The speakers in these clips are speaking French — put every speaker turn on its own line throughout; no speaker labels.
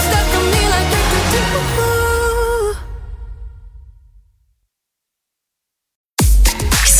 stuck on me like do, do, do, do.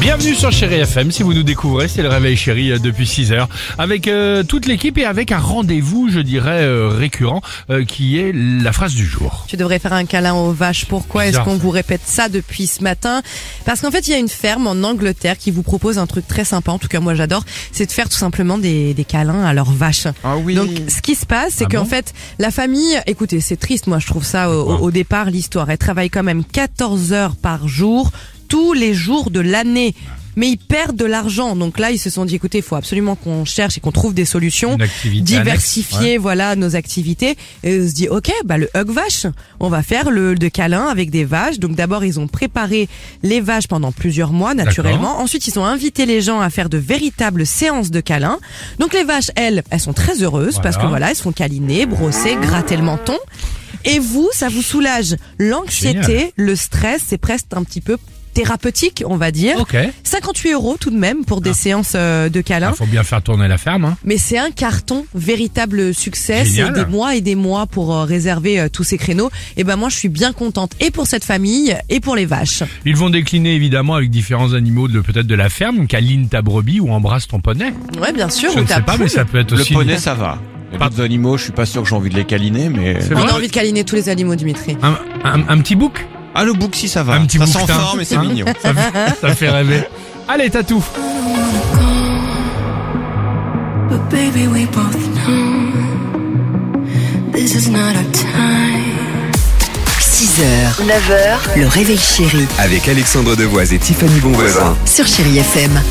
Bienvenue sur Chéri FM, si vous nous découvrez, c'est le réveil chéri euh, depuis 6 heures, avec euh, toute l'équipe et avec un rendez-vous, je dirais, euh, récurrent, euh, qui est la phrase du jour.
Tu devrais faire un câlin aux vaches. Pourquoi est-ce
Bizarre,
qu'on
ça.
vous répète ça depuis ce matin Parce qu'en fait, il y a une ferme en Angleterre qui vous propose un truc très sympa. En tout cas, moi, j'adore. C'est de faire tout simplement des, des câlins à leurs vaches.
Ah oui.
Donc, ce qui se passe, c'est
Ah
qu'en
bon
fait, la famille, écoutez, c'est triste, moi, je trouve ça au, au- au départ, l'histoire. Elle travaille quand même 14 heures par jour, tous les jours de l'année. Mais ils perdent de l'argent. Donc là, ils se sont dit, écoutez, il faut absolument qu'on cherche et qu'on trouve des solutions
Une activité
diversifier
annexe,
voilà nos activités et on se dit ok bah le hug vache on va faire le de câlin avec des vaches donc d'abord ils ont préparé les vaches pendant plusieurs mois naturellement ensuite ils ont invité les gens à faire de véritables séances de câlins donc les vaches elles elles sont très heureuses parce
Voilà.
que voilà elles se font câliner brosser gratter le menton et vous ça vous soulage
Génial.
l'anxiété le stress c'est presque un petit peu thérapeutique on va dire
Ok, Ah.
58 euros tout de même pour des séances euh, de
il
câlins
Bah, faut bien faire tourner la ferme. hein.
mais c'est un carton, véritable succès. C'est
Génial.
des mois et des mois pour euh, réserver euh, tous ces créneaux. Et ben moi, je suis bien contente et pour cette famille et pour les vaches.
Ils vont décliner évidemment avec différents animaux de peut-être de la ferme, câline ta brebis ou embrasse ton poney.
Ouais, bien sûr.
Je
Ah, ou
ne
ta
sais pas, mais
poule.
ça peut être
Le
aussi...
poney, ça va. Les
Pas-
autres animaux, je suis pas sûr que j'ai envie de les câliner, mais.
C'est
On
vrai
a envie de câliner tous les animaux, Dimitri.
Un, un- un petit bouc
Ah, le bouc, si ça va.
Un petit
ça
bouquetin.
s'en forme et c'est
Hein
mignon.
ça, fait- ça fait rêver. Allez, tatou
But baby, we both know this is not our time.
6h, 9h, le réveil chéri
Avec Alexandre Devoise et Tiffany Bonvoisin.
sur Chérie FM.